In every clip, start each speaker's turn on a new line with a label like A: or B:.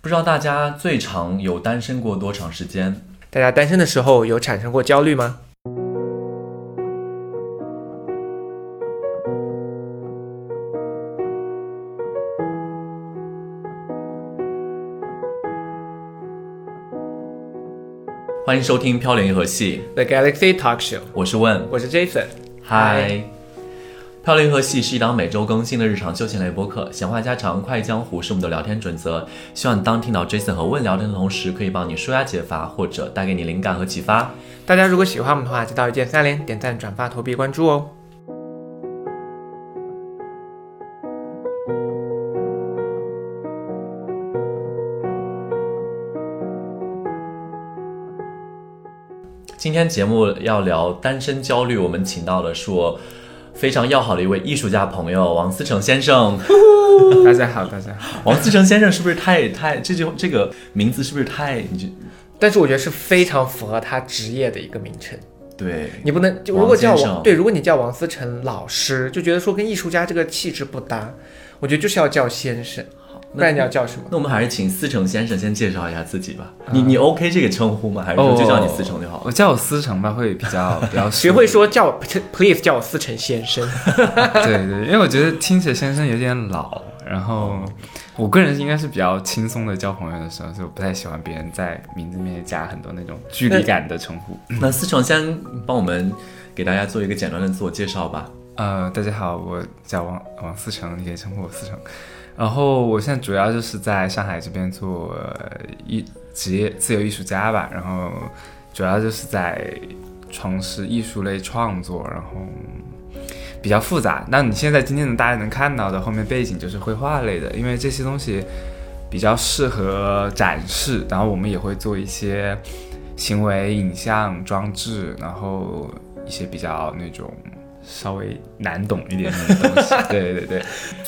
A: 不知道大家最长有单身过多长时间？
B: 大家单身的时候有产生过焦虑吗？
A: 欢迎收听《漂流银河系》，
B: The Galaxy Talk Show，
A: 我是问，
B: 我是 Jason。
A: 嗨，《漂流银河系》是一档每周更新的日常休闲类播客，闲话家常、快意江湖是我们的聊天准则。希望你当听到 Jason 和问聊天的同时，可以帮你舒压解乏，或者带给你灵感和启发。
B: 大家如果喜欢我们的话，记得一键三连、点赞、转发、投币、关注哦。
A: 今天节目要聊单身焦虑，我们请到的是我非常要好的一位艺术家朋友王思成先生。
B: 大家好，大家好。
A: 王思成先生是不是太太这句这个名字是不是太你就
B: 但是我觉得是非常符合他职业的一个名称。
A: 对
B: 你不能，就
A: 王
B: 如果叫
A: 先生
B: 王对，如果你叫王思成老师，就觉得说跟艺术家这个气质不搭。我觉得就是要叫先生，不然你要叫什么？
A: 那我们还是请思成先生先介绍一下自己吧。你你 OK 这个称呼吗？还是
C: 哦
A: 说就叫你思成就好了？
C: 我叫我思成吧，会 比较比较
B: 学
C: 舒服
B: 会。说叫我 please 叫我思成先生。
C: 对对，因为我觉得听起来先生有点老，然后我个人应该是比较轻松的交朋友的时候，所以我不太喜欢别人在名字面前加很多那种距离感的称呼。
A: 那思成先帮我们给大家做一个简单的自我介绍吧。
C: 呃，大家好，我叫王王思成，你可以称呼我思成。然后我现在主要就是在上海这边做呃艺职业自由艺术家吧，然后主要就是在从事艺术类创作，然后比较复杂。那你现在今天能大家能看到的后面背景就是绘画类的，因为这些东西比较适合展示，然后我们也会做一些行为影像装置，然后一些比较那种稍微难懂一点点的东 西。对对对，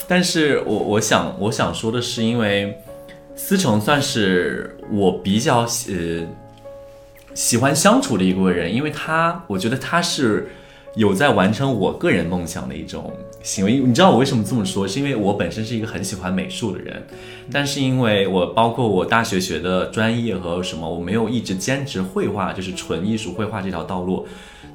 A: 但是我我想我想说的是，因为思成算是我比较喜呃喜欢相处的一个人，因为他我觉得他是有在完成我个人梦想的一种行为。你知道我为什么这么说？是因为我本身是一个很喜欢美术的人，但是因为我包括我大学学的专业和什么，我没有一直坚持绘画，就是纯艺术绘画这条道路，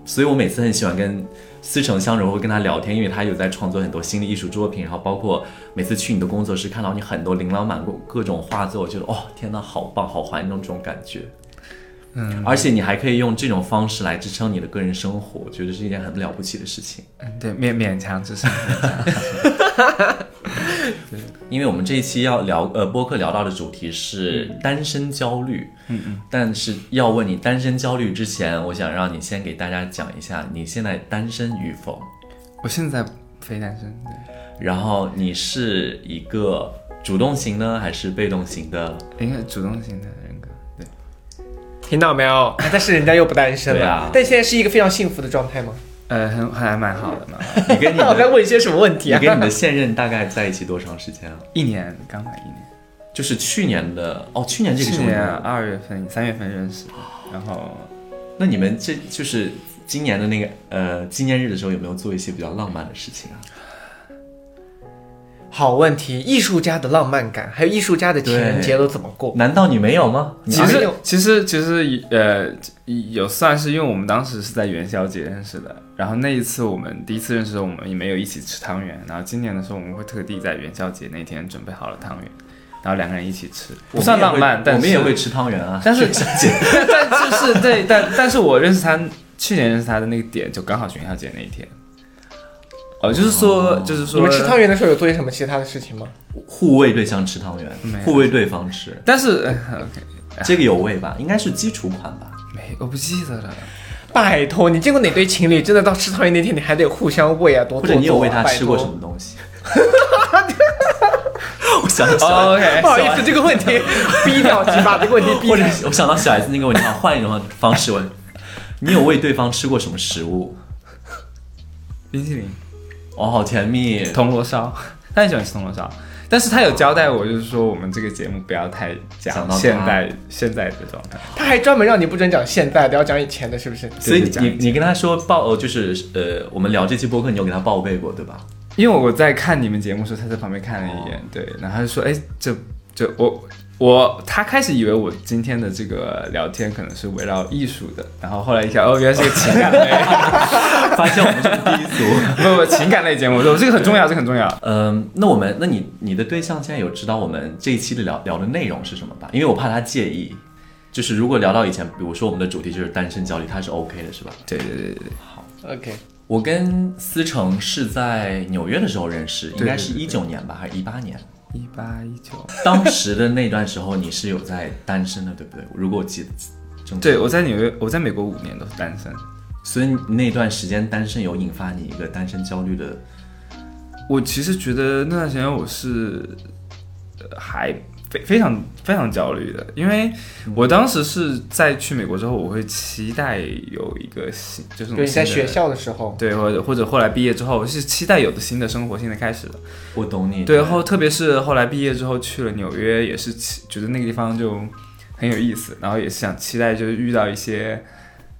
A: 所以我每次很喜欢跟思成相融，会跟他聊天，因为他有在创作很多新的艺术作品，然后包括每次去你的工作室看到你很多琳琅满目各种画作，我觉得哦天呐，好棒，好怀念这种感觉。嗯，而且你还可以用这种方式来支撑你的个人生活，我觉得是一件很了不起的事情。
C: 嗯对勉勉强支撑。
A: 因为我们这一期要聊呃播客聊到的主题是单身焦虑，嗯嗯，但是要问你单身焦虑之前，我想让你先给大家讲一下你现在单身与否，
C: 我现在非单身，对，
A: 然后你是一个主动型呢还是被动型 的？
C: 应该是主动型的人格，对，
B: 听到没有？但是人家又不单身了。
A: 对啊
B: 但现在是一个非常幸福的状态吗？
C: 呃，很还蛮好的嘛，
A: 你 跟你
B: 那我该
A: 的
B: 问一些什么问题
A: 你
B: 啊？
A: 跟你的现任大概在一起多长时间啊？
C: 一年刚满一年。
A: 就是去年的哦，去年这个时
C: 去
A: 候你
C: 年啊
A: 们，
C: 二月份、三月份认识，然后
A: 那你们这就是今年的那个呃纪念日的时候有没有做一些比较浪漫的事情啊？
B: 好问题，艺术家的浪漫感，还有艺术家的情人节都怎么过？
A: 难道你没有吗？你
C: 其
B: 哪
C: 实
B: 有
C: 其实其实呃有算是，因为我们当时是在元宵节认识的，然后那一次我们第一次认识的时候，我们也没有一起吃汤圆，然后今年的时候我们会特地在元宵节那天准备好了汤圆，然后两个人一起吃，不算浪漫，但
A: 我
C: 是
A: 们也会吃汤圆啊。
C: 但是
A: 元宵节
C: 但就是对，但但是我认识他去年认识他的那个点就刚好元宵节那一天，哦，就是说就是说
B: 你们吃汤圆的时候有做些什么其他的事情吗？
A: 护卫对象吃汤圆
C: 没，有
A: 护卫对方吃，
C: 但是呃 OK
A: 这个有味吧？应该是基础款吧？
C: 没我不记得 了。
B: 拜托，你见过哪对情侣真的到吃汤圆那天你还得互相喂啊？多
A: 或者
B: 做作啊
A: 你有喂他吃过什？么东西？ 我想到小
C: 哦 OK，
B: 拜托 不好意思，这个问题 逼掉，请把这个问题 逼
A: 或者
B: 掉。
A: 我想到小 S 那个问题，我换一种方式问： 你有喂对方吃过什么食物？
C: 冰淇淋。
A: 哦，好甜蜜。
C: 铜锣烧，他很喜欢吃铜锣烧，但是他有交代我，就是说我们这个节目不要太
A: 讲
C: 讲
B: 啊
A: 到他
C: 现代现代的状态。
B: 他还专门让你不准讲现在的，要讲以前的，是不是？
A: 所以
C: 对就讲
A: 你
C: 一讲
A: 你跟他说报呃就是呃，我们聊这期播客，你有给他报备过对吧？
C: 因为我在看你们节目的时候，他在旁边看了一眼，对，然后他就说，哎，这这我我他开始以为我今天的这个聊天可能是围绕艺术的，然后后来一想，哦，原来是个情感类，
A: 发现我们是低 俗。
C: 不不，情感类节目，我说这个很重要，这个很重要。
A: 嗯，那我们，那你你的对象现在有知道我们这一期的聊聊的内容是什么吧？因为我怕他介意。就是如果聊到以前，比如说我们的主题就是单身焦虑，他是 OK 的，是吧？
C: 对对对对对，
B: OK，
A: 我跟思成是在纽约的时候认识，应该是
C: 对
A: 一九年吧，还是一八年？
C: 一八一九，
A: 当时的那段时候，你是有在单身的，对不对？如果我记得正确，
C: 对我在纽约，我在美国五年都是单身。
A: 所以那段时间单身有引发你一个单身焦虑的，
C: 我其实觉得那段时间我是呃还非非常非常焦虑的，因为我当时是在去美国之后，我会期待有一个新，就是那
B: 对，
C: 种
B: 你在
C: 新
B: 学，
C: 的
B: 校的时候，
C: 对，或者或者后来毕业之后是期待有的新的生活、新的开始的。
A: 我懂你。
C: 对，然后特别是后来毕业之后去了纽约，也是期觉得那个地方就很有意思，然后也是想期待就是遇到一些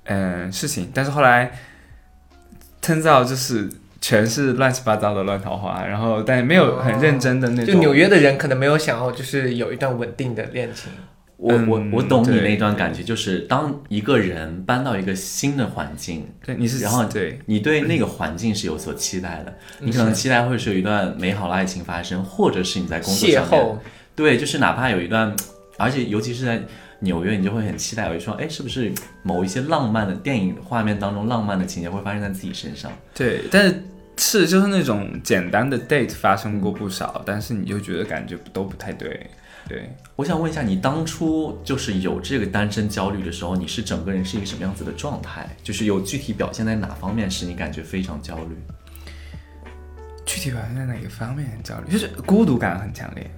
C: 嗯事情，但是后来 turns out 就是全是乱七八糟的乱桃花，然后但没有很认真的那种。
B: 就纽约的人可能没有想要，就是有一段稳定的恋情。
A: 我我
C: 嗯
A: 我懂你
C: 对
A: 那段感觉，就是当一个人搬到一个新的环境，
C: 对，你是
A: 然后
C: 对嗯
A: 你对那个环境是有所期待的，你可能期待会是有一段美好的爱情发生，或者是你在工作
B: 邂
A: 上面，
B: 逅，
A: 对，就是哪怕有一段，而且尤其是在纽约，你就会很期待有一双，哎，是不是某一些浪漫的电影画面当中浪漫的情节会发生在自己身上？
C: 对，但是。是，就是那种简单的 date 发生过不少，但是你就觉得感觉都不太对，对。
A: 我想问一下，你当初就是有这个单身焦虑的时候，你是整个人是一个什么样子的状态？就是有具体表现在哪方面使你感觉非常焦虑？
C: 具体表现在哪个方面焦虑？就是孤独感很强烈，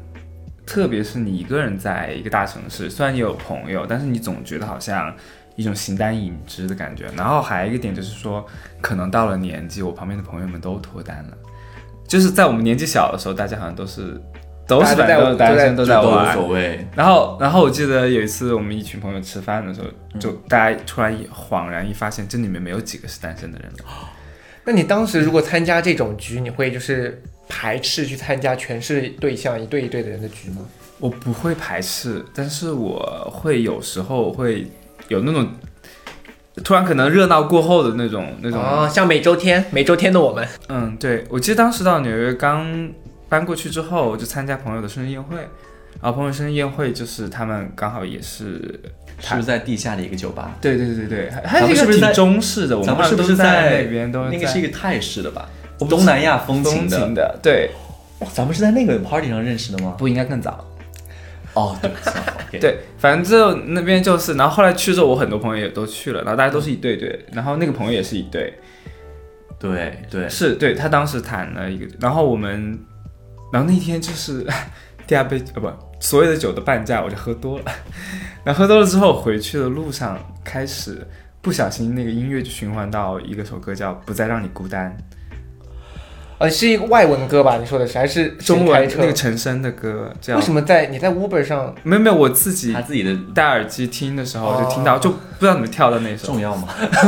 C: 特别是你一个人在一个大城市，虽然你有朋友，但是你总觉得好像一种形单影只的感觉。然后还有一个点就是说，可能到了年纪，我旁边的朋友们都脱单了，就是在我们年纪小的时候，大家好像都是都是
B: 大
C: 反
B: 家都
C: 正
B: 在
C: 单身，
B: 都
C: 都
A: 这
C: 在
A: 都无
C: 玩。
A: 所谓。
C: 然后，然后我记得有一次我们一群朋友吃饭的时候，
B: 嗯
C: 就大家突然也恍然一发现，这里面没有几个是单身的人了。
B: 那你当时如果参加这种局，你会就是排斥去参加全是对象一对一对的人的局吗？
C: 我不会排斥，但是我会有时候会有那种突然可能热闹过后的那种那种，
B: 哦，像每周天，每周天的我们，
C: 嗯，对我记得当时到纽约刚搬过去之后，就参加朋友的生日宴会，然后朋友生日宴会就是他们刚好也是，
A: 是不是在地下的一个酒吧？
C: 对对对对，还
A: 咱
C: 还
A: 们
C: 是一
A: 是
C: 个
A: 不是在
C: 挺中式的，我
A: 咱
C: 们
A: 们是不
C: 都
A: 是
C: 是
A: 在
C: 那边都
A: 那个
C: 在
A: 是一个泰式的吧？
C: 我们
A: 东南亚风
C: 风
A: 情的。
C: 的，对，
A: 哇，咱们是在那个 party 上认识的吗？
C: 不应该更早。
A: 哦，对不起啊，OK，
C: 对，反正就那边就是，然后后来去之后，我很多朋友也都去了，然后大家都是一对对，然后那个朋友也是一对，
A: 对对，
C: 是对他当时谈了一个，然后我们，然后那天就是 第二杯呃不，所有的酒的半价我就喝多了， 然后喝多了之后回去的路上开始不小心那个音乐就循环到一个首歌叫《不再让你孤单
B: 呃，是一个外文歌吧？你说的是还是》，
C: 中
B: 谁开
C: 文
B: 车
C: 那个陈升的歌叫
B: 为什么在你在 Uber 上
C: 没有没有我自己
A: 他自己的
C: 戴耳机听的时候就听到，
B: 哦
C: 就不知道怎么跳到那首。
A: 重要吗？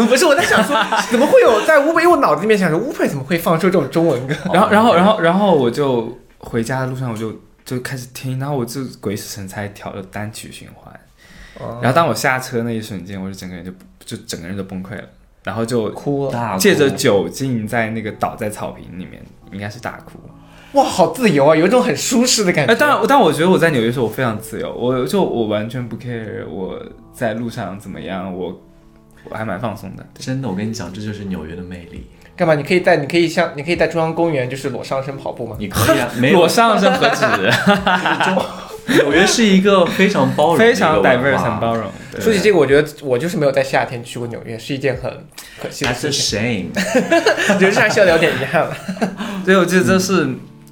B: 不是，我在想说，怎么会有在 Uber？因为我脑子里面想着 Uber 怎么会放出这种中文歌？
C: 然后，然后，然
A: 哦
C: 后，然后我就回家的路上，我就就开始听，然后我就鬼使神差调了单曲循环。
A: 哦
C: 然后当我下车那一瞬间，我就整个人就就整个人就崩溃了，然后就
B: 哭了，
A: 大哭
C: 借着酒劲在那个倒在草坪里面，应该是大哭。
B: 哇，好自由啊，有一种很舒适的感觉。
C: 哎，当然，但我觉得我在纽约的时候我非常自由，我就我完全不 care 我在路上怎么样，我我还蛮放松的。
A: 真的，我跟你讲，这就是纽约的魅力。
B: 干嘛？你可以在，你可以像，你可以在中央公园就是裸上身跑步吗？
A: 你可 以啊，没有
C: 裸上身何止，
A: 纽约是一个非常包容的一
C: 非
A: 个
C: 常
A: 文化、
C: diverse 很包容。对
B: 说起这个，我觉得我就是没有在夏天去过纽约，是一件很可惜的
A: That's
B: 事
A: a
B: 情，
A: shame。
B: 人生还是要有点遗憾了。
C: 所以我觉得这是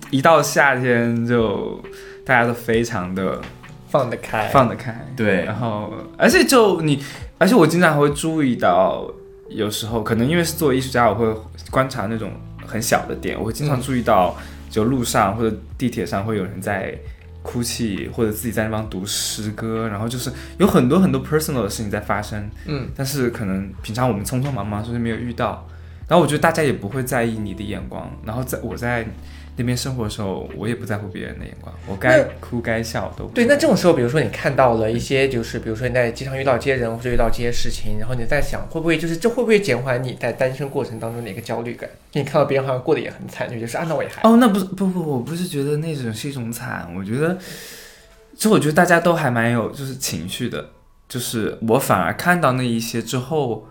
C: 一到夏天就大家都非常的
B: 放得开，
C: 放得开，
A: 对
C: 然，后而且就你，而且我经常还会注意到，有时候可能因为是作为艺术家，我会观察那种很小的点，我会经常注意到，就路上或者地铁上会有人在。哭泣，或者自己在那帮读诗歌，然后就是有很多很多 personal 的事情在发生，
B: 嗯，
C: 但是可能平常我们匆匆忙忙，所以没有遇到。然后我觉得大家也不会在意你的眼光。然后在我在那边生活的时候，我也不在乎别人的眼光，我该哭该笑都不
B: 对，那这种时候，比如说你看到了一些，就是比如说你在街上遇到一些人，或者遇到这些事情，然后你在想，会不会就是这会不会减缓你在单身过程当中的一个焦虑感？就你看到别人好像过得也很惨，你就觉得啊，那我也还
C: 哦，那不是不不，我不是觉得那种是一种惨，我觉得，就我觉得大家都还蛮有就是情绪的，就是我反而看到那一些之后，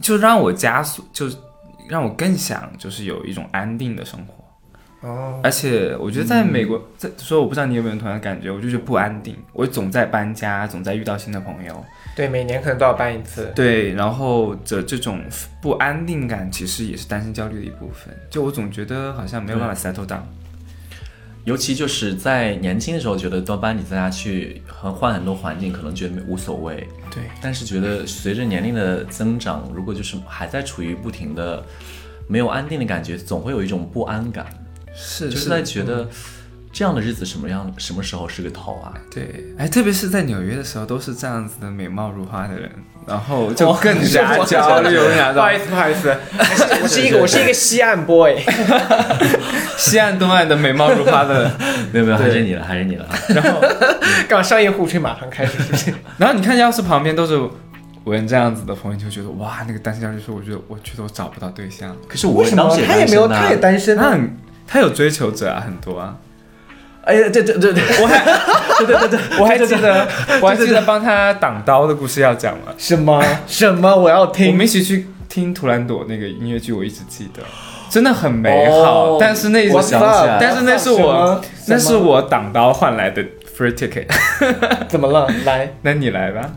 C: 就让我加速，就是让我更想就是有一种安定的生活。
B: 哦，
C: 而且我觉得在美国，在所以我不知道你有没有同样的感觉，我就是不安定，我总在搬家，总在遇到新的朋友，
B: 对，每年可能都要搬一次，
C: 对，然后这这种不安定感其实也是单身焦虑的一部分。就我总觉得好像没有办法 settle down，
A: 尤其就是在年轻的时候，觉得多巴你在家去很换很多环境，可能觉得没无所谓。
C: 对，
A: 但是觉得随着年龄的增长，如果就是还在处于不停的没有安定的感觉，总会有一种不安感，
C: 是
A: 就是嗯在觉得这样的日子什么样什么时候是个头 啊？
C: 对，哎，特别是在纽约的时候，都是这样子的美貌如花的人，然后
A: 哦
C: 就更加 焦虑。我想
B: 不
C: 到
B: 好意思，不好意思，还是我是一个我是一个西岸 boy，
C: 西岸东岸的美貌如花 的人，
A: 没有没有，
C: 对
A: 还是你了，还是你了。
B: 刚好商业互吹马上开始，是不是？
C: 然后你看，要是旁边都是文这样子的朋友，你就觉得哇，那个单身焦虑说，我觉得我觉得我找不到对象。
A: 可是我
B: 为什
A: 当
B: 么
A: 时
B: 他也
A: 单
B: 没有
A: 身啊
B: 他也单身
C: 他
B: 啊？
C: 很，他有追求者啊，很多啊。
A: 哎呀，这这这这，我还对对对 对，
C: 我还记得，我还记得帮他挡刀的故事要讲了。
B: 什么什么？我要
C: 我
B: 听
C: 们一起去听《图兰朵》那个音乐剧，我一直记得，真的很美好。
A: 哦
C: 但是那一
A: 我想起来了
C: 但是那是
B: 什么
C: 我，那
B: 什
C: 是
B: 么
C: 我挡刀换来的 free ticket。
B: 怎么了？来，
C: 那你来吧。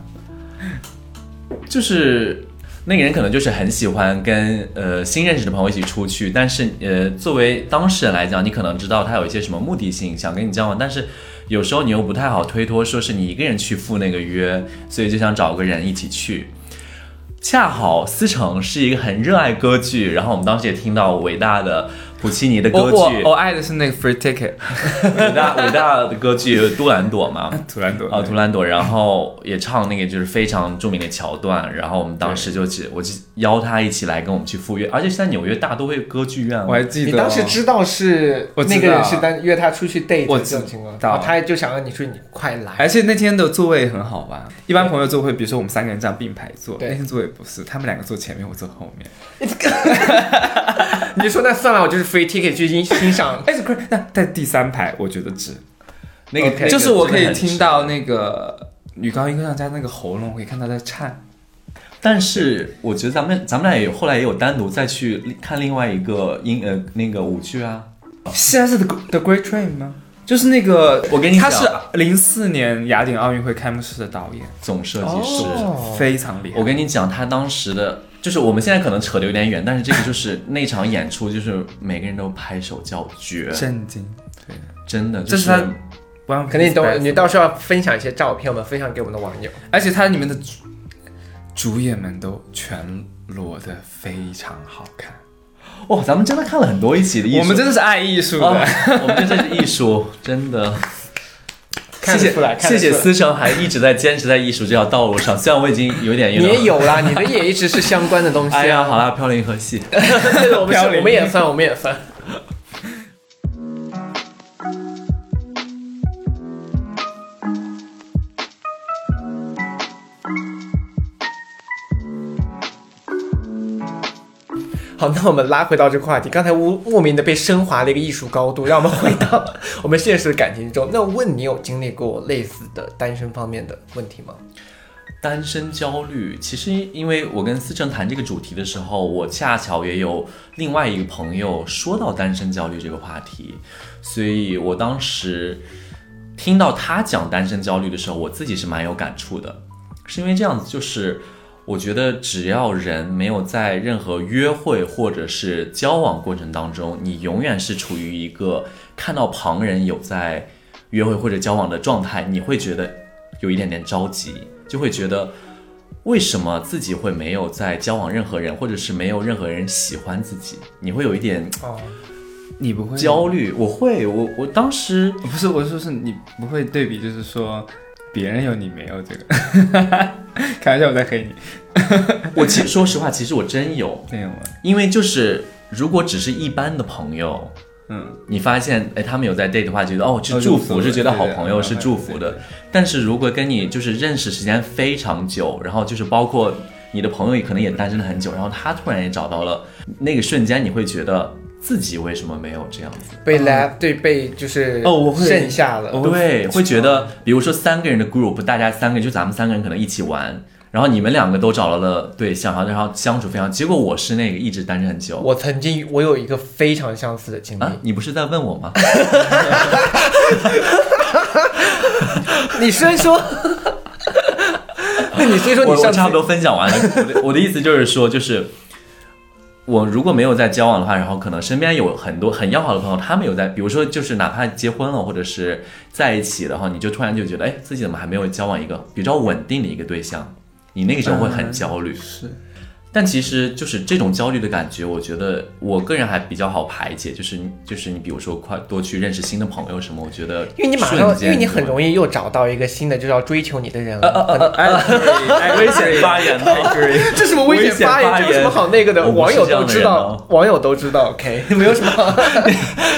A: 就是那个人可能就是很喜欢跟呃新认识的朋友一起出去，但是呃作为当事人来讲，你可能知道他有一些什么目的性想跟你交往，但是有时候你又不太好推脱，说是你一个人去赴那个约，所以就想找个人一起去。恰好思成是一个很热爱歌剧，然后我们当时也听到伟大的普契尼的歌
C: 我
A: 剧，
C: 我爱的是那个 free ticket，
A: 伟大伟大的歌剧《杜兰朵》嘛，
C: 图兰朵。
A: 啊，图兰朵，然后也唱那个就是非常著名的桥段，然后我们当时就去，我就邀他一起来跟我们去赴约，而且是在纽约大都会歌剧院哦，
C: 我还记得。
B: 你当时知道是
C: 我知道
B: 那个人是单约他出去 date
C: 我
B: 这种情况，
C: 知道
B: 然后他就想让你说你快来，
C: 而且那天的座位很好玩，一般朋友座会，比如说我们三个人这样并排坐，
B: 对
C: 那天座位不是，他们两个坐前面，我坐后面。
B: 你就说那算了，我就是 free ticket 去欣欣赏
C: 哎，可是那在第三排，我觉得值，
A: 那个
B: OK
A: 那个
C: 就是我可
A: 真
C: 以
A: 的很
C: 听到那个女高音歌唱家那个喉咙，我可以看到在颤。
A: 但是我觉得咱们咱们俩也有后来也有单独再去另看另外一个音呃那个舞剧啊，
C: 现在是 The The Great Train 吗？就是那个，
A: 我跟你
C: 他
A: 讲
C: 是零四年雅典奥运会开幕式的导演，
A: 总设计师，
B: 哦
C: 非常厉害。
A: 我跟你讲，他当时的就是我们现在可能扯得有点远，但是这个就是那场演出，就是每个人都拍手叫绝，
C: 震惊，
A: 真的，
C: 这
A: 就是是
C: 他哇
B: 肯定懂，你到时候要分享一些照片，我们分享给我们的网友。
C: 而且它里面的主主演们都全裸的非常好看，
A: 哇，咱们真的看了很多一起的艺术，
C: 我们真的是爱艺术的。
A: 啊，
B: 哦
A: 我们这是艺术，真的。
B: 看得出来看
A: 谢
B: 得
A: 谢
B: 出
A: 谢
B: 来
A: 谢思成还一直在坚持在艺术这条道路上，虽然我已经有点
B: 你也。有啦，你的也一直是相关的东 西
A: 哎呀，
B: 啊。
A: 好啦，飘零和系，
B: 对 我们
C: 飘
B: 是
C: 零
B: 我们也算，我们也算。好，那我们拉回到这个话题。刚才乌莫名的被升华了一个艺术高度，让我们回到我们现实的感情中。那问你有经历过类似的单身方面的问题吗？
A: 单身焦虑。其实，因为我跟思成谈这个主题的时候，我恰巧也有另外一个朋友说到单身焦虑这个话题，所以我当时听到他讲单身焦虑的时候，我自己是蛮有感触的，是因为这样子，就是我觉得只要人没有在任何约会或者是交往过程当中，你永远是处于一个看到旁人有在约会或者交往的状态，你会觉得有一点点着急，就会觉得。为什么自己会没有在交往任何人，或者是没有任何人喜欢自己？你会有一点
B: 哦，
C: 你不会
A: 焦虑。我会，我我当时
C: 不是我说是你不会对比，就是说别人有你没有这个， 开玩笑我在黑你，
A: 我其实说实话，其实我真有，
C: 没有吗？
A: 因为就是如果只是一般的朋友，
C: 嗯，
A: 你发现哎他们有在 date 的话，觉得哦是祝福，是觉得好朋友是祝福的。但是如果跟你就是认识时间非常久，然后就是包括你的朋友也可能也单身了很久，然后他突然也找到了，那个瞬间你会觉得自己为什么没有这样子？
B: 被 left、对被就是
C: 嗯哦我会
B: 剩下了，
C: 我会
A: 对，会觉得比如说三个人的 group，大家三个就咱们三个人可能一起玩。然后你们两个都找到了对象，然后然后相处非常，结果我是那个一直单身很久
B: 我曾经我有一个非常相似的经历，
C: 嗯
A: 啊！你不是在问我吗？
B: 你虽说， 你虽说
A: 我
B: 你
A: 我
B: 上
A: 差不
B: 次
A: 多分享完了。我的我的意思就是说，就是我如果没有在交往的话，然后可能身边有很多很要好的朋友，他们有在，比如说就是哪怕结婚了或者是在一起了，然后你就突然就觉得，哎，自己怎么还没有交往一个比较稳定的一个对象？你那个时候会
B: 嗯
A: 很焦虑。
C: 是
A: 但其实就是这种焦虑的感觉，我觉得我个人还比较好排解，就是就是你比如说快多去认识新的朋友什么，我觉得
B: 因为你马
A: 瞬
B: 上，
A: 间
B: 因为你很
A: 就会
B: 容易又找到一个新的，就是要追求你的人了。很
C: 哎，危
A: 危险发言了。
B: 这什么危险发言？这有什么好那个的？
A: 我不
B: 网
A: 是
B: 友
A: 这样
B: 都
A: 的
B: 知
A: 人
B: 道
A: 哦，
B: 网友都知道。OK，没有什么，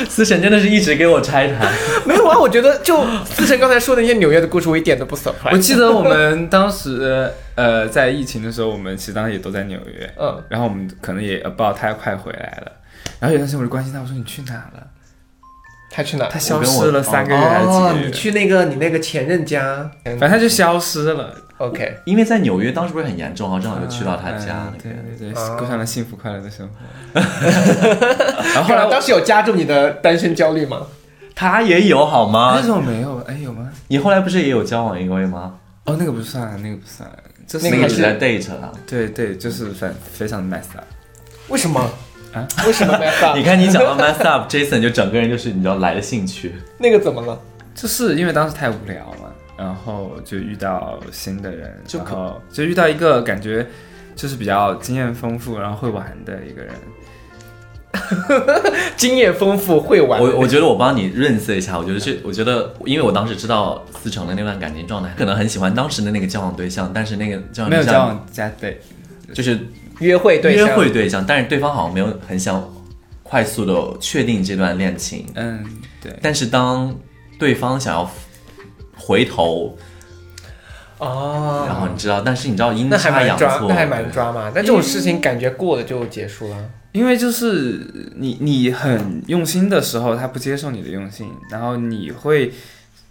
A: 思晨真的是一直给我拆台。
B: 没有啊。我觉得就思辰刚才说的那些纽约的故事，我一点都不
C: 我
B: surprise。
C: 记得我们当时呃在疫情的时候，我们其实当时也都在纽约，
B: 嗯，
C: 然后我们可能也 about 他快回来了，然后有段时间我就关心他，我说你去哪了？
B: 他去哪儿？
C: 他消失了三个月还是几
B: 哦
C: 个，月？
B: 你去那个你那个前任家。
C: 反正他就消失了。
B: OK，
A: 因为在纽约当时不是很严重，然后正好就去到他家
C: 啊
A: 那
C: 对
A: 边。
C: 对对，
B: 啊
C: 过上了幸福快乐的生活。然后后来
B: 当
C: 我
B: 时有加重你的单身焦虑吗？
A: 他也有好吗
C: 那？时候没有，哎有吗？
A: 你后来不是也有交往一位吗？
C: 哦，那个不算，那个不算，这是
A: 那
B: 那个
A: 个一
B: 是
A: 直在 date 啊。
C: 对对，就是反非常 messed up。
B: 为什么？
C: 啊？
B: 为什么 mess up？
A: 你看你讲到 mess up，Jason 就整个人就是你知道来了兴趣。
B: 那个怎么了？
C: 就是因为当时太无聊嘛，然后就遇到新的人，
A: 就
C: 然
A: 可
C: 后就遇到一个感觉就是比较经验丰富，然后会玩的一个人。
B: 经验丰富，会玩。
A: 我我觉得我帮你润色一下，我觉得
C: 嗯
A: 这，我觉得因为我当时知道思成的那段感情状态，可能很喜欢当时的那个交往对象，但是那个交往
C: 没有
A: 对
C: 交
A: 象
C: 往加对，
A: 就是
B: 约会对象，
A: 约会对象，但是对方好像没有很想快速的确定这段恋情。
C: 嗯，对，
A: 但是当对方想要回头，
B: 哦，
A: 然后你知道，但是你知道阴
B: 那还
A: 差
B: 蛮
A: 阳
B: 抓
A: 错，，
B: 那还蛮抓嘛。但这种事情感觉过了就结束了。
C: 因为就是你你很用心的时候，他不接受你的用心，然后你会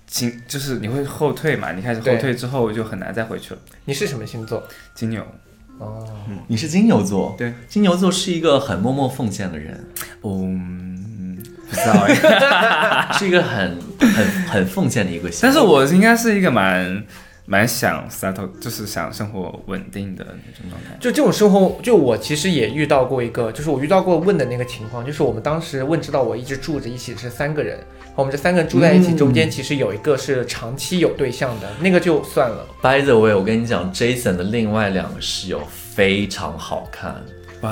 C: 情就是你会后退嘛，你开始后
B: 对
C: 退之后就很难再回去了。
B: 你是什么星座？
C: 金牛，
B: 哦，
A: 你是金牛座，
C: 对，
A: 金牛座是一个很默默奉献的人，
C: 嗯，不知道哎，
A: 是一个很很很奉献的一个星
C: 但是
A: 座。
C: 我应该是一个蛮蛮想 settle，就是想生活稳定的那种状态。
B: 就这种生活，就我其实也遇到过一个，就是我遇到过问的那个情况，就是我们当时问知道我一直住着一起是三个人，我们这三个人住在一起，
A: 嗯
B: 中间其实有一个是长期有对象的，那个就算了。
A: By the way，我跟你讲，Jason 的另外两个室友非常好看，
C: 哇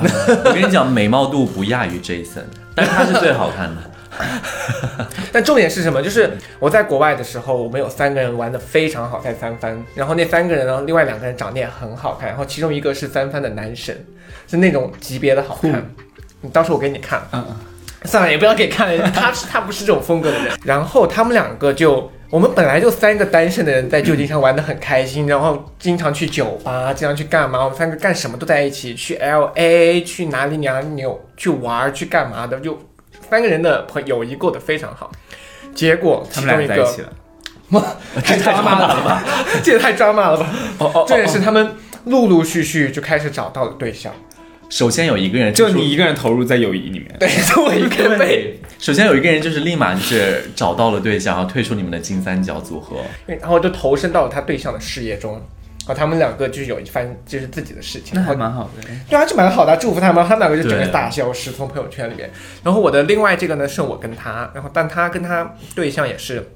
A: 我跟你讲，美貌度不亚于 Jason，但是他是最好看的。
B: 但重点是什么？就是我在国外的时候，我们有三个人玩的非常好，在三番。然后那三个人呢，另外两个人长得也很好看，然后其中一个是三番的男神，是那种级别的好看。你到时候我给你看，
C: 嗯嗯
B: 算了，也不要给看了， 他是他不是这种风格的人。然后他们两个就。我们本来就三个单身的人在旧金山玩的很开心，然后经常去酒吧，经常去干嘛？我们三个干什么都在一起，去 L A，去哪里哪里扭，去玩儿，去干嘛的，就三个人的朋友谊过得非常好。结果
C: 他
B: 其
C: 们
B: 中
C: 俩
B: 一
C: 在一
B: 个
C: 起了。
B: 太抓马了 吧，这也太抓马了吧！
C: 哦哦
B: 这也是他们陆陆续续就开始找到了对象，
A: 首先有一个人
C: 就是你一个人投入在友谊里面。
B: 对，就我一个人被
A: 对，首先有一个人就是立马就是找到了对象，然后退出你们的金三角组合。
B: 嗯然后就投身到了他对象的事业中，然后他们两个就是有一番就是自己的事情，
C: 那
B: 然后
C: 还蛮好的，
B: 对啊，就蛮好的，祝福他们，他们两个就整个
A: 对
B: 大消失从朋友圈里面。然后我的另外这个呢，是我跟他，然后但他跟他对象也是。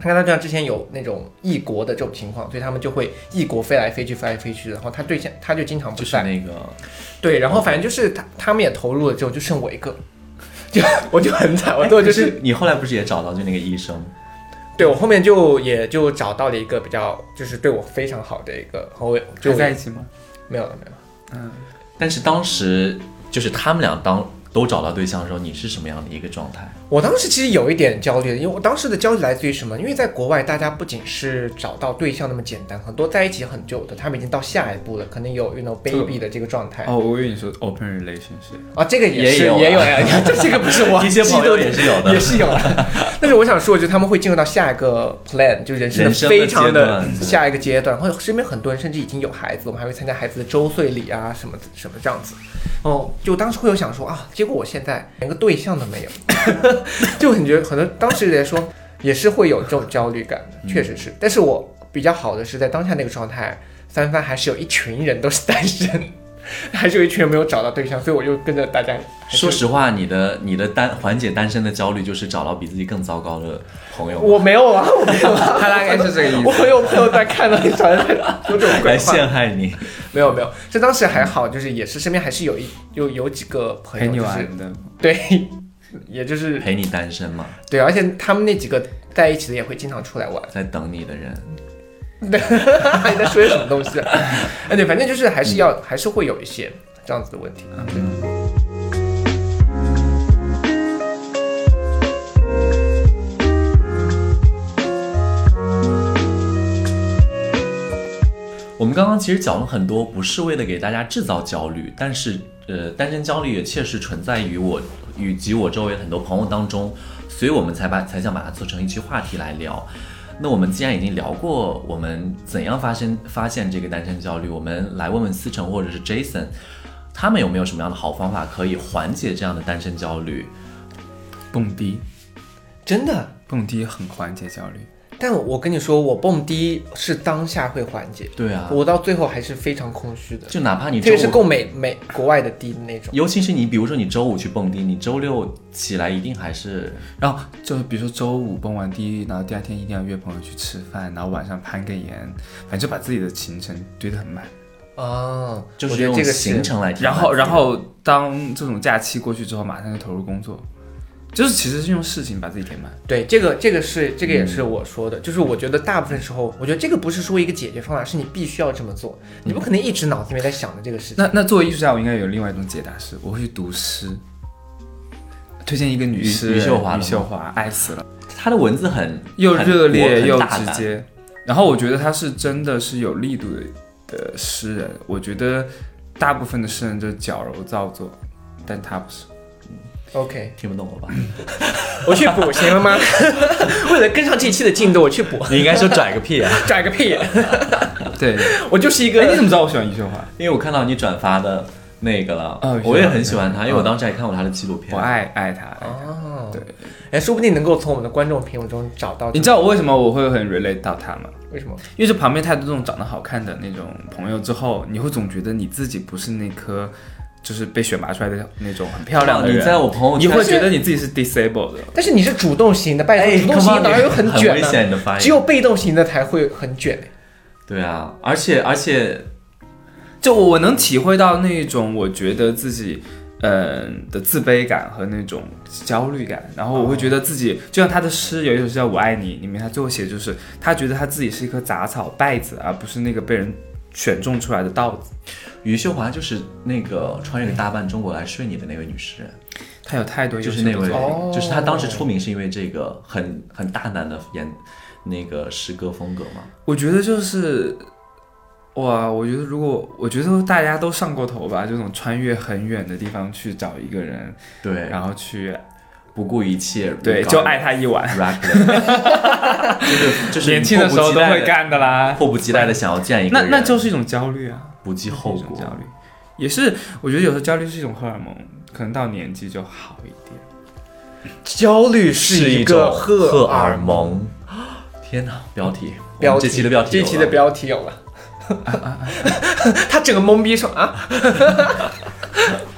B: 他跟他对象之前有那种异国的这种情况，所以他们就会异国飞来飞去，飞来飞去。然后他对象他就经常不
A: 就是
B: 在，
A: 那个，
B: 对，然后反正就是他他们也投入了之后，就剩我一个， 就我就很惨，我最后哦就
A: 就是是你后来不是也找到就那个医生？
B: 对我后面就也就找到了一个比较就是对我非常好的一个，然后我就
C: 就在一起吗？
B: 没有了没有了，
C: 嗯，
A: 但是当时就是他们俩当都找到对象的时候，你是什么样的一个状态？
B: 我当时其实有一点焦虑，因为我当时的焦虑来自于什么？因为在国外，大家不仅是找到对象那么简单，很多在一起很久的，他们已经到下一步了，可能有 you know baby 的这个状态。
C: 哦，我以为你说 open relationship，
B: 啊，这个也是
A: 也有啊
B: 也有呀， 这这个不是我
A: 一些朋友也是有的
B: 也是有的。 但是我想说，就是他们会进入到下一个 plan，就是人生的
A: 人生的
B: 非常
A: 阶
B: 的
A: 段对
B: 下一个阶段，或者身边很多人甚至已经有孩子，我们还会参加孩子的周岁礼啊什么什么这样子。哦，就当时会有想说啊，结果我现在连个对象都没有， 就很觉得可能当时来说也是会有这种焦虑感
A: 嗯
B: 的，确实是。但是我比较好的是在当下那个状态，三番还是有一群人都是单身，还是有一群人没有找到对象，所以我就跟着大家还是。
A: 说实话，你的你的单缓解单身的焦虑，就是找到比自己更糟糕的朋友吗，
B: 我没有啊，我没有啊，
C: 他大概是这个意思
B: 我有朋友在看到你传来有种鬼
A: 来
B: 话，
A: 陷害你。
B: 没有没有，这当时还好，就是也是身边还是有一有有几个朋
C: 陪
B: 友，
C: 你
B: 就是
C: 玩的，
B: 对，也就是
A: 陪你单身嘛，
B: 对，而且他们那几个在一起的也会经常出来玩。
A: 在等你的人，
B: 你在说些什么东西、啊？ 哎，对，反正就是还是要还是会有一些这样子的问题。
A: 我们刚刚其实讲了很多，不是为了给大家制造焦虑，但是呃，单身焦虑也切实存在于我以及我周围很多朋友当中，所以我们才把才想把它做成一期话题来聊。那我们既然已经聊过我们怎样发生发现这个单身焦虑，我们来问问思成或者是 Jason，他们有没有什么样的好方法可以缓解这样的单身焦虑？
C: 蹦迪，
B: 真的，
C: 蹦迪很缓解焦虑。
B: 但我跟你说，我蹦迪是当下会缓解，
A: 对啊，
B: 我到最后还是非常空虚的，
A: 就哪怕你
B: 特
A: 周
B: 别是
A: 五，
B: 购美美国外的迪的那种。
A: 尤其是你比如说你周五去蹦迪，你周六起来一定还是
C: 然后就比如说周五蹦完迪，然后第二天一定要约朋友去吃饭，然后晚上攀个岩，反正就把自己的行程堆得很满。
B: 哦，
A: 就
B: 我
A: 是
B: 觉得
A: 用
B: 这个是
A: 行程来填
C: 然
A: 满
C: 后，
A: 自己
C: 然
A: 的
C: 后当这种假期过去之后，马上就投入工作，就是其实是用事情把自己填满。
B: 对，这个这个是这个
A: 嗯
B: 也是我说的，就是我觉得大部分时候，我觉得这个不是说一个解决方法，是你必须要这么做，你
A: 嗯
B: 不可能一直脑子里面在想着这个事情。
C: 那那作为艺术家，我应该有另外一种解答是，我会去读诗。推荐一个女
A: 余
C: 诗
A: 余
C: 人，
A: 秀华的
C: 余
A: 吗
C: 秀华爱死了，
A: 他的文字很
C: 又
A: 很
C: 热
A: 活
C: 烈
A: 很
C: 又
A: 大
C: 直
A: 胆
C: 接。然后我觉得她是真的是有力度的的诗人，我觉得大部分的诗人都是矫揉造作，但她不 是。
B: OK，
A: 听不懂我吧？
B: 我去补行了吗？ 为了跟上这一期的进度，我去补，
A: 你应该说拽个屁啊！
B: 拽个屁！
C: 对，
B: 我就是一
C: 哎，你
B: 个
C: 怎么知道我喜欢余秀华？
A: 因为我看到你转发的那个了，
C: 哦
A: 我也
C: 是吧
A: 很喜欢他，因为我
C: 嗯
A: 当时还看过他的纪录片。
C: 我爱爱她。爱她
B: 哦，
C: 对，
B: 哎，说不定能够从我们的观众朋友中找到
C: 你知道我为什么我会很 relate 到她吗？
B: 为什么？
C: 因为这旁边太多这种长得好看的那种朋友之后，你会总觉得你自己不是那颗就是被选拔出来的那种很漂亮的
A: 哦你
C: 人，
A: 在我朋友
C: 你
A: 圈
C: 会觉得你自己是 disabled 的。
B: 但是你是主动型的，拜
A: 哎
B: 托，主动型
A: come on，
B: 哪有
A: 很
B: 卷
C: 啊
A: 危
B: 呢？
A: 险的发言，
B: 只有被动型的才会很卷。
A: 对啊，而且而且
C: 就我能体会到那种我觉得自己。嗯的自卑感和那种焦虑感，然后我会觉得自己、就像他的诗有一首诗叫《我爱你》，里面他最后写的就是他觉得他自己是一棵杂草败子，而不是那个被人选中出来的稻子。
A: 余秀华就是那个穿越大半中国来睡你的那位女诗人，
C: 他有太多优
A: 就
C: 秀
A: 是那
C: 的
A: 位
C: 作品
B: 哦，
A: 就是她当时出名是因为这个很很大胆的演那个诗歌风格嘛。
C: 我觉得就是，哇，我觉得如果我觉得大家都上过头吧，这种穿越很远的地方去找一个人，
A: 对，
C: 然后去
A: 不顾一切，
C: 啊对就爱他一晚，
A: rap，就是就是
C: 年轻的时候都会
A: 干。
C: 干的啦。
A: 迫不及待的想要见一个
C: 那
A: 人，
C: 那就是一种焦虑啊，
A: 不计后
C: 是一种
A: 果。
C: 焦虑，也是我觉得有时候焦虑是一种荷尔蒙，可能到年纪就好一点。
B: 焦虑一个
A: 荷
B: 荷
A: 尔。蒙。天哪，标题，我
B: 标
A: 们
B: 题
A: 这期的标题
B: 这
A: 有了，
B: 期的标题有了，他整个懵逼说啊，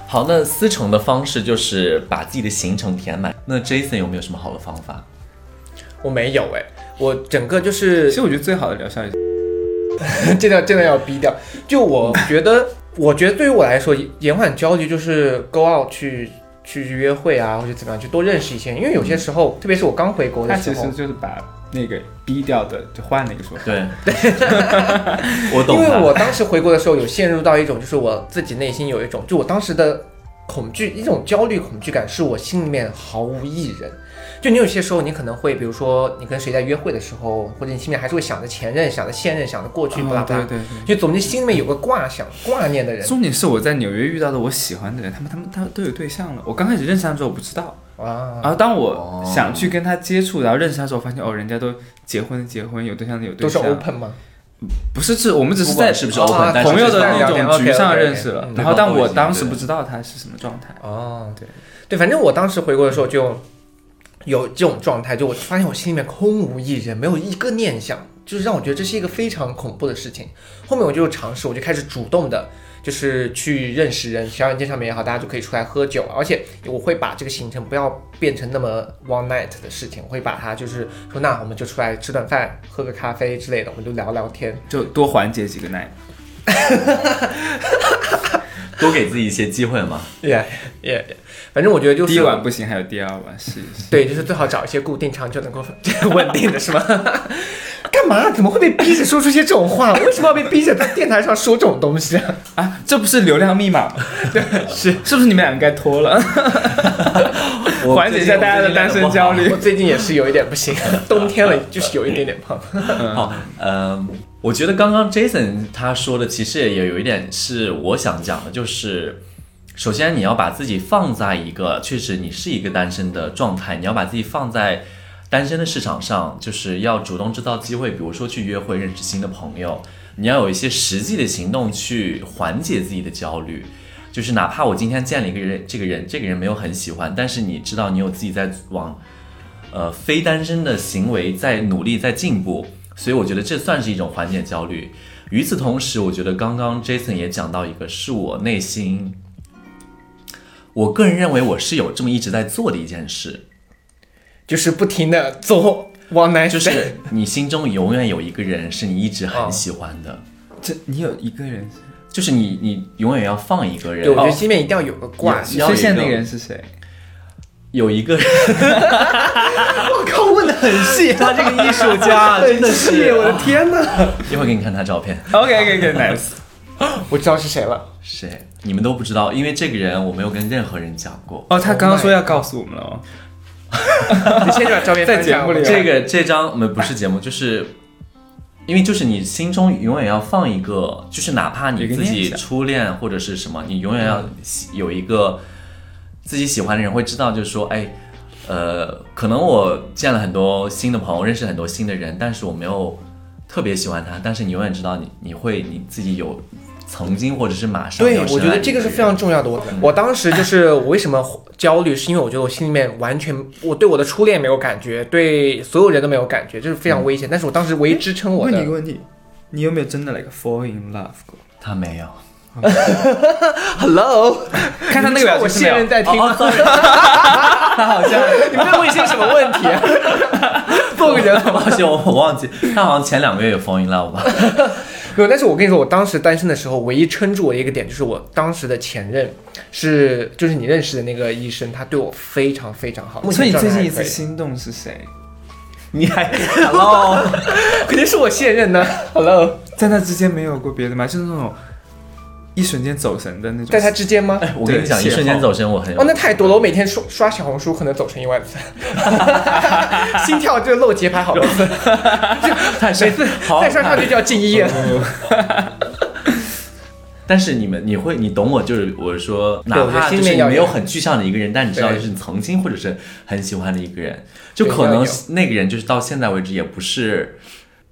A: 好。那思成的方式就是把自己的行程填满。那 Jason 有没有什么好的方法？
B: 我没有哎，我整个就
C: 其
B: 是
C: 实我觉得最好的疗效也是，
B: 这段这段要逼掉。就我觉得， 我觉得对于我来说，延缓焦虑就是 go out 去去约会啊，或者怎么样，去多认识一些人。因为有些时候，特别是我刚回国
C: 他
B: 的时
C: 其实
B: 候，
C: 就是把那个低调的就换了一个说法。
A: 对， 我懂
B: 因为
A: 了。
B: 我当时回国的时候有陷入到一种，就是我自己内心有一种，就我当时的恐惧，一种焦虑恐惧感，是我心里面毫无一人。就你有些时候，你可能会，比如说你跟谁在约会的时候，或者你心里面还是会想着前任、想着现任、想着过去，巴拉巴
C: 哦对
B: 拉。
C: 对
B: 就总之心里面有个挂想、挂念的人
C: 重点是我在纽约遇到的我喜欢的人，他们他们他们都有对象了。我刚开始认识他们的时候我不知道，
B: 啊，
C: 然后当我想去跟他接触，然后认识他的时候，我发现哦，人家都结婚的结婚，有对象的有
B: 都
C: 对
B: 是
C: 象，
B: open 吗？
C: 不是只我们只是
A: 不管
C: 在
A: 是不是
B: 哦
A: open，但是
C: 朋友的
A: 至少
C: 那
B: 聊天
C: 种
B: ，OK，OK，OK，
C: 局上认识了
B: 嗯，
C: 然后但我当时
A: 对
C: 不知道他是什么状态。
B: 哦，对对，反正我当时回国的时候就有这种状态，就我发现我心里面空无一人，没有一个念想，就是让我觉得这是一个非常恐怖的事情。后面我就尝试，我就开始主动的，就是去认识人，小软件上面也好，大家就可以出来喝酒，而且我会把这个行程不要变成那么 one night 的事情，我会把它就是说，那我们就出来吃顿饭，喝个咖啡之类的，我们就聊聊天。
C: 就多缓解几个奶，
A: 多给自己一些机会嘛。
B: Yeah, yeah, yeah. 反正我觉得就是
C: 第一晚不行，还有第二晚试一试。
B: 对，就是最好找一些固定长久能够稳定的，是吗？干嘛？怎么会被逼着说出些这种话？为什么要被逼着在电台上说这种东西啊？
C: 啊，这不是流量密码吗？对，是是不是你们俩应该脱了？
A: 我
C: 缓解一下大家的单身焦虑
B: 我最近也是有一点不行，冬天了就是有一点点胖。
A: 好，嗯，我觉得刚刚 Jason 他说的其实也有一点是我想讲的，就是首先你要把自己放在一个确实你是一个单身的状态，你要把自己放在单身的市场上，就是要主动制造机会，比如说去约会、认识新的朋友，你要有一些实际的行动去缓解自己的焦虑。就是哪怕我今天见了一个人，这个人这个人没有很喜欢，但是你知道你有自己在往呃非单身的行为在努力在进步，所以我觉得这算是一种缓解焦虑。与此同时，我觉得刚刚 Jason 也讲到一个，是我内心，我个人认为我是有这么一直在做的一件事，
B: 就是不停的做往南，
A: 就是你心中永远有一个人是你一直很喜欢
B: 哦
A: 的，
C: 这你有一个人，
A: 就是你你永远要放一个人哦
B: 对，我，觉得心里面一定要有个挂。
A: 你要有
C: 所以现在
A: 一个
C: 那个人是谁？
A: 有一个人，
B: 我靠，问的很细，
A: 他这个艺术家真的
B: 很细
A: 是，哦
B: 我的天哪！
A: 一会儿给你看他照片。
C: OK OK OK，nice。
B: 我知道是谁了，
A: 谁？你们都不知道，因为这个人我没有跟任何人讲过。
C: 哦，他刚刚说要告诉我们了哦。
B: 你先去把照片
C: 在
B: 翻出来
C: 节目里
B: 我
A: 这个这张我们不是节目，就是因为就是你心中永远要放一个，就是哪怕你自
C: 有一个念
A: 己
C: 想
A: 初恋或者是什么，你永远要喜有一个自己喜欢的人会知道，就是说，哎，呃，可能我见了很多新的朋友，认识很多新的人，但是我没有特别喜欢他，但是你永远知道你你会你自己有曾经或者是马上
B: 对
A: 要，
B: 我
A: 深
B: 觉
A: 爱
B: 得
A: 一
B: 这个是
A: 人
B: 非常重要的。我
C: 嗯
B: 我当时就是我为什么焦虑，是因为我觉得我心里面完全我对我的初恋没有感觉，对所有人都没有感觉，这是非常危险。但是我当时唯一支撑我
C: 嗯哎问你一
B: 的
C: 个，问题，你有没有真的 like fall in love 过？
A: 他没有。
B: Hello，
C: 看他那个表
B: 我
C: 情是
B: 现任
C: 没有。哦
B: 在 听吗？
A: 他好像
B: 你们在问一些什么问题啊？ 做个人好吗？
A: 抱歉，我我忘 记，他好像前两个月有 fall in love 吧？
B: 没有，但是我跟你说，我当时单身的时候，唯一撑住我的一个点就是我当时的前任是就是你认识的那个医生，他对我非常非常好。目
C: 所
B: 前
C: 以你
B: 状
C: 最
B: 态
C: 近
B: 还
C: 一
B: 可
C: 次
B: 以
C: 心动是谁？
A: 你还 hello？
B: 肯定是我现任呢。Hello。
C: 在那之间没有过别的吗？就是那种一瞬间走神的那种。
B: 在他之间吗？
A: 我跟你讲，
C: 对
A: 一瞬
C: 邂
A: 间
C: 逅
A: 走神，我很有
B: 哦，那太多了，我每天刷刷小红书可能走成一万次， 心跳就漏节拍好多次，
A: 太
B: 每次
A: 好
B: 再。刷上去就要进医院。
A: 但是你们，你会，你懂我，就是我说，哪
B: 我觉得
A: 怕就
B: 心里
A: 是
B: 面
A: 你
B: 要有
A: 没有很具象的一个人，但你知道，
B: 对
A: 就是你曾经或者是很喜欢的一个人，就
B: 对
A: 可
B: 要
A: 能
B: 有
A: 那个人就是到现在为止也不是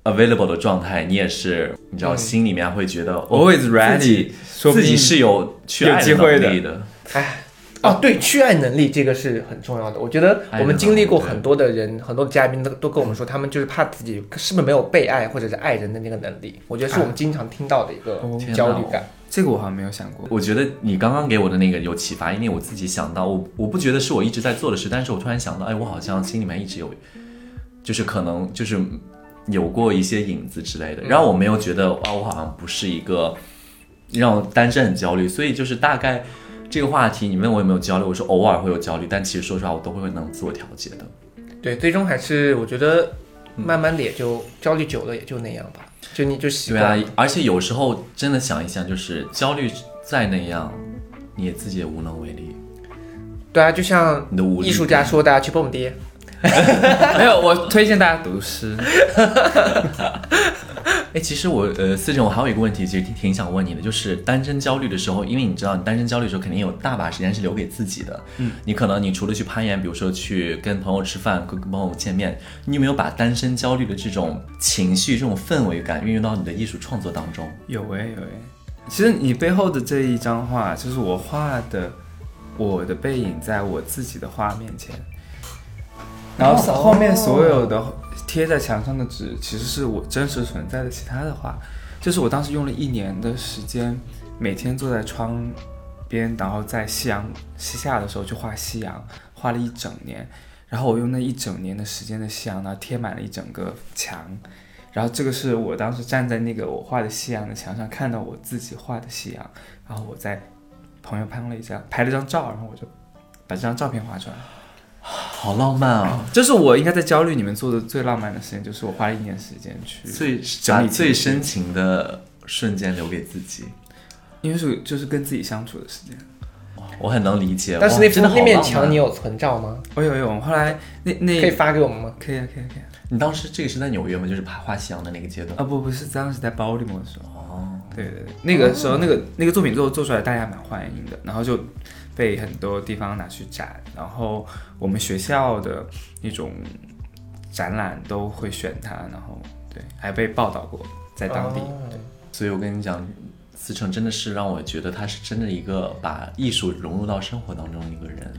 A: available 的状态，你也是，你知道，心里面会觉得哦
C: Always
A: 自己
C: ready，说不
A: 自己
C: 定
A: 是有去
C: 有
A: 爱
C: 机会的
A: 能力的。
B: 哎，哦，对，去爱能力这个是很重要的。我觉得我们经历过很多的人，很多的嘉宾都都跟我们说，他们就是怕自己是不是没有被爱或者是爱人的那个能力。我觉得
A: 哎
B: 是我们经常听到的一个
C: 哦
B: 焦虑感。
C: 这个我好像没有想 过。
A: 我觉得你刚刚给我的那个有启发，因为我自己想到，我我不觉得是我一直在做的事，但是我突然想到，哎，我好像心里面一直有，就是可能就是有过一些影子之
B: 嗯
A: 类的，然后我没有觉得啊，我好像不是一个让我单身很焦虑，所以就是大概这个话题，你问我有没有焦虑，我说偶尔会有焦虑，但其实说实话，我都会能自我调节
B: 嗯
A: 的。
B: 对，最终还是我觉得
A: 嗯
B: 慢慢的也就焦虑久了也就那样吧，就你就习
A: 对
B: 惯
A: 啊
B: 了。，
A: 而且有时候真的想一想，就是焦虑再那样，你也自己也无能为力。
B: 对啊，就像
A: 你的无力
B: 艺术家说的、啊，去蹦迪。
C: 没有，我推荐大家读诗。
A: 哎，其实我呃，思成，我还有一个问题，其实挺挺想问你的，就是单身焦虑的时候，因为你知道，你单身焦虑的时候，肯定有大把时间是留给自己的。嗯，你可能你除了去攀岩，比如说去跟朋友吃饭、跟跟朋友见面，你有没有把单身焦虑的这种情绪、这种氛围感运用到你的艺术创作当中？
C: 有哎、有哎、其实你背后的这一张画，就是我画的我的背影在我自己的画面前，然后
B: 哦
C: 后面所有的贴在墙上的纸，其实是我真实存在的其他的画，就是我当时用了一年的时间，每天坐在窗边，然后在夕阳西下的时候去画夕阳，画了一整年。然后我用那一整年的时间的夕阳，然后贴满了一整个墙，然后这个是我当时站在那个我画的夕阳的墙上，看到我自己画的夕阳，然后我在朋友拍了一张拍了张照，然后我就把这张照片画出来。
A: 好浪漫
B: 哦
A: 啊！
C: 这是我应该在焦虑里面做的最浪漫的事情，就是我花了一年时间去
A: 最
C: 整
A: 把
C: 理
A: 最
C: 情绪
A: 深情的瞬间留给自己，
C: 因为是就是跟自己相处的时间。
A: 我很能理解。
B: 但是那
A: 哇哦真的好
B: 那面
A: 浪漫啊
B: 墙你有存照吗？
C: 我有哦有，我后来那那
B: 可以发给我们吗？
C: 可以啊可以啊可以啊
A: 你当时这个是在纽约吗？就是爬花夕阳的那个阶段。
C: 啊不不是当时在包里面的时候，
A: 哦，
C: 对对对，那个时候那个那个作品做做出来，大家蛮欢迎的，然后就被很多地方拿去展，然后我们学校的那种展览都会选它，然后对还被报道过在当地。
B: 哦
A: 所以我跟你讲，思成真的是让我觉得他是真的一个把艺术融入到生活当中的一个人。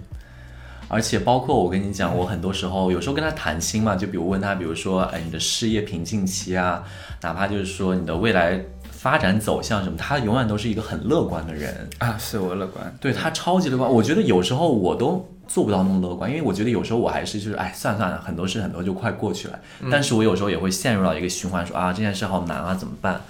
A: 而且包括我跟你讲，我很多时候有时候跟他谈心嘛，就比如问他，比如说，哎，你的事业瓶颈期啊，哪怕就是说你的未来发展走向什么，他永远都是一个很乐观的人。
C: 啊，是我乐观，
A: 对他超级乐观。我觉得有时候我都做不到那么乐观，因为我觉得有时候我还是就是哎，算了算了，很多事很多就快过去了。但是我有时候也会陷入到一个循环，说啊这件事好难啊，怎么办？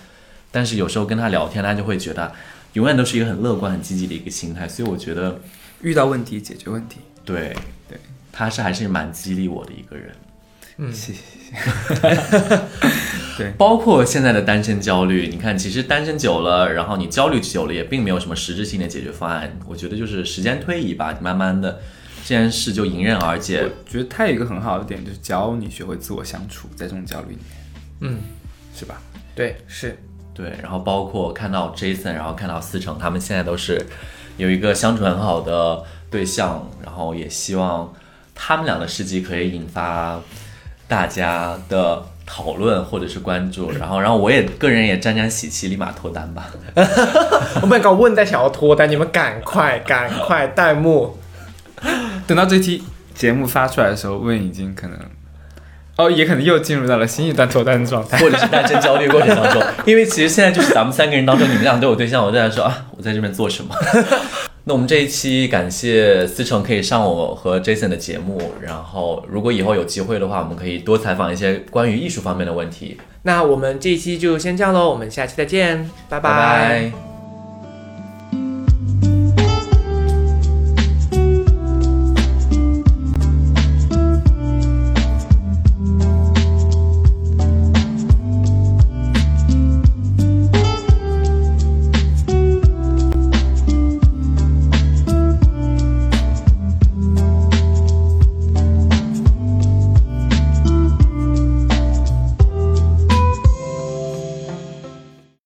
A: 但是有时候跟他聊天，他就会觉得永远都是一个很乐观、很积极的一个心态。所以我觉得，
C: 遇到问题解决问题。
A: 对
C: 对，
A: 他是还是蛮激励我的一个人。
B: 嗯
C: 谢谢谢谢。
A: 包括现在的单身焦虑，你看，其实单身久了，然后你焦虑久了，也并没有什么实质性的解决方案。我觉得就是时间推移吧，慢慢的这件事就迎刃而解。
C: 我觉得它有一个很好的点，就是教你学会自我相处，在这种焦虑里面，
B: 嗯，
C: 是吧？
B: 对，是
A: 对，然后包括看到 Jason，然后看到思成，他们现在都是有一个相处很好的对象，然后也希望他们俩的事迹可以引发大家的讨论或者是关注，然后，然后我也个人也沾沾喜气，立马脱单吧。
B: 我们刚问在想要脱单，你们赶快赶快弹幕，
C: 等到这期节目发出来的时候，问已经可能，哦，也可能又进入到了新一段脱单的状态。
A: 或者是单身焦虑过程当中，因为其实现在就是咱们三个人当中，你们俩都有对象，我就在说啊，我在这边做什么？ 那我们这一期感谢思成可以上我和 Jason 的节目，然后如果以后有机会的话，我们可以多采访一些关于艺术方面的问题。
B: 那我们这一期就先这样喽，我们下期再见，拜
A: 拜拜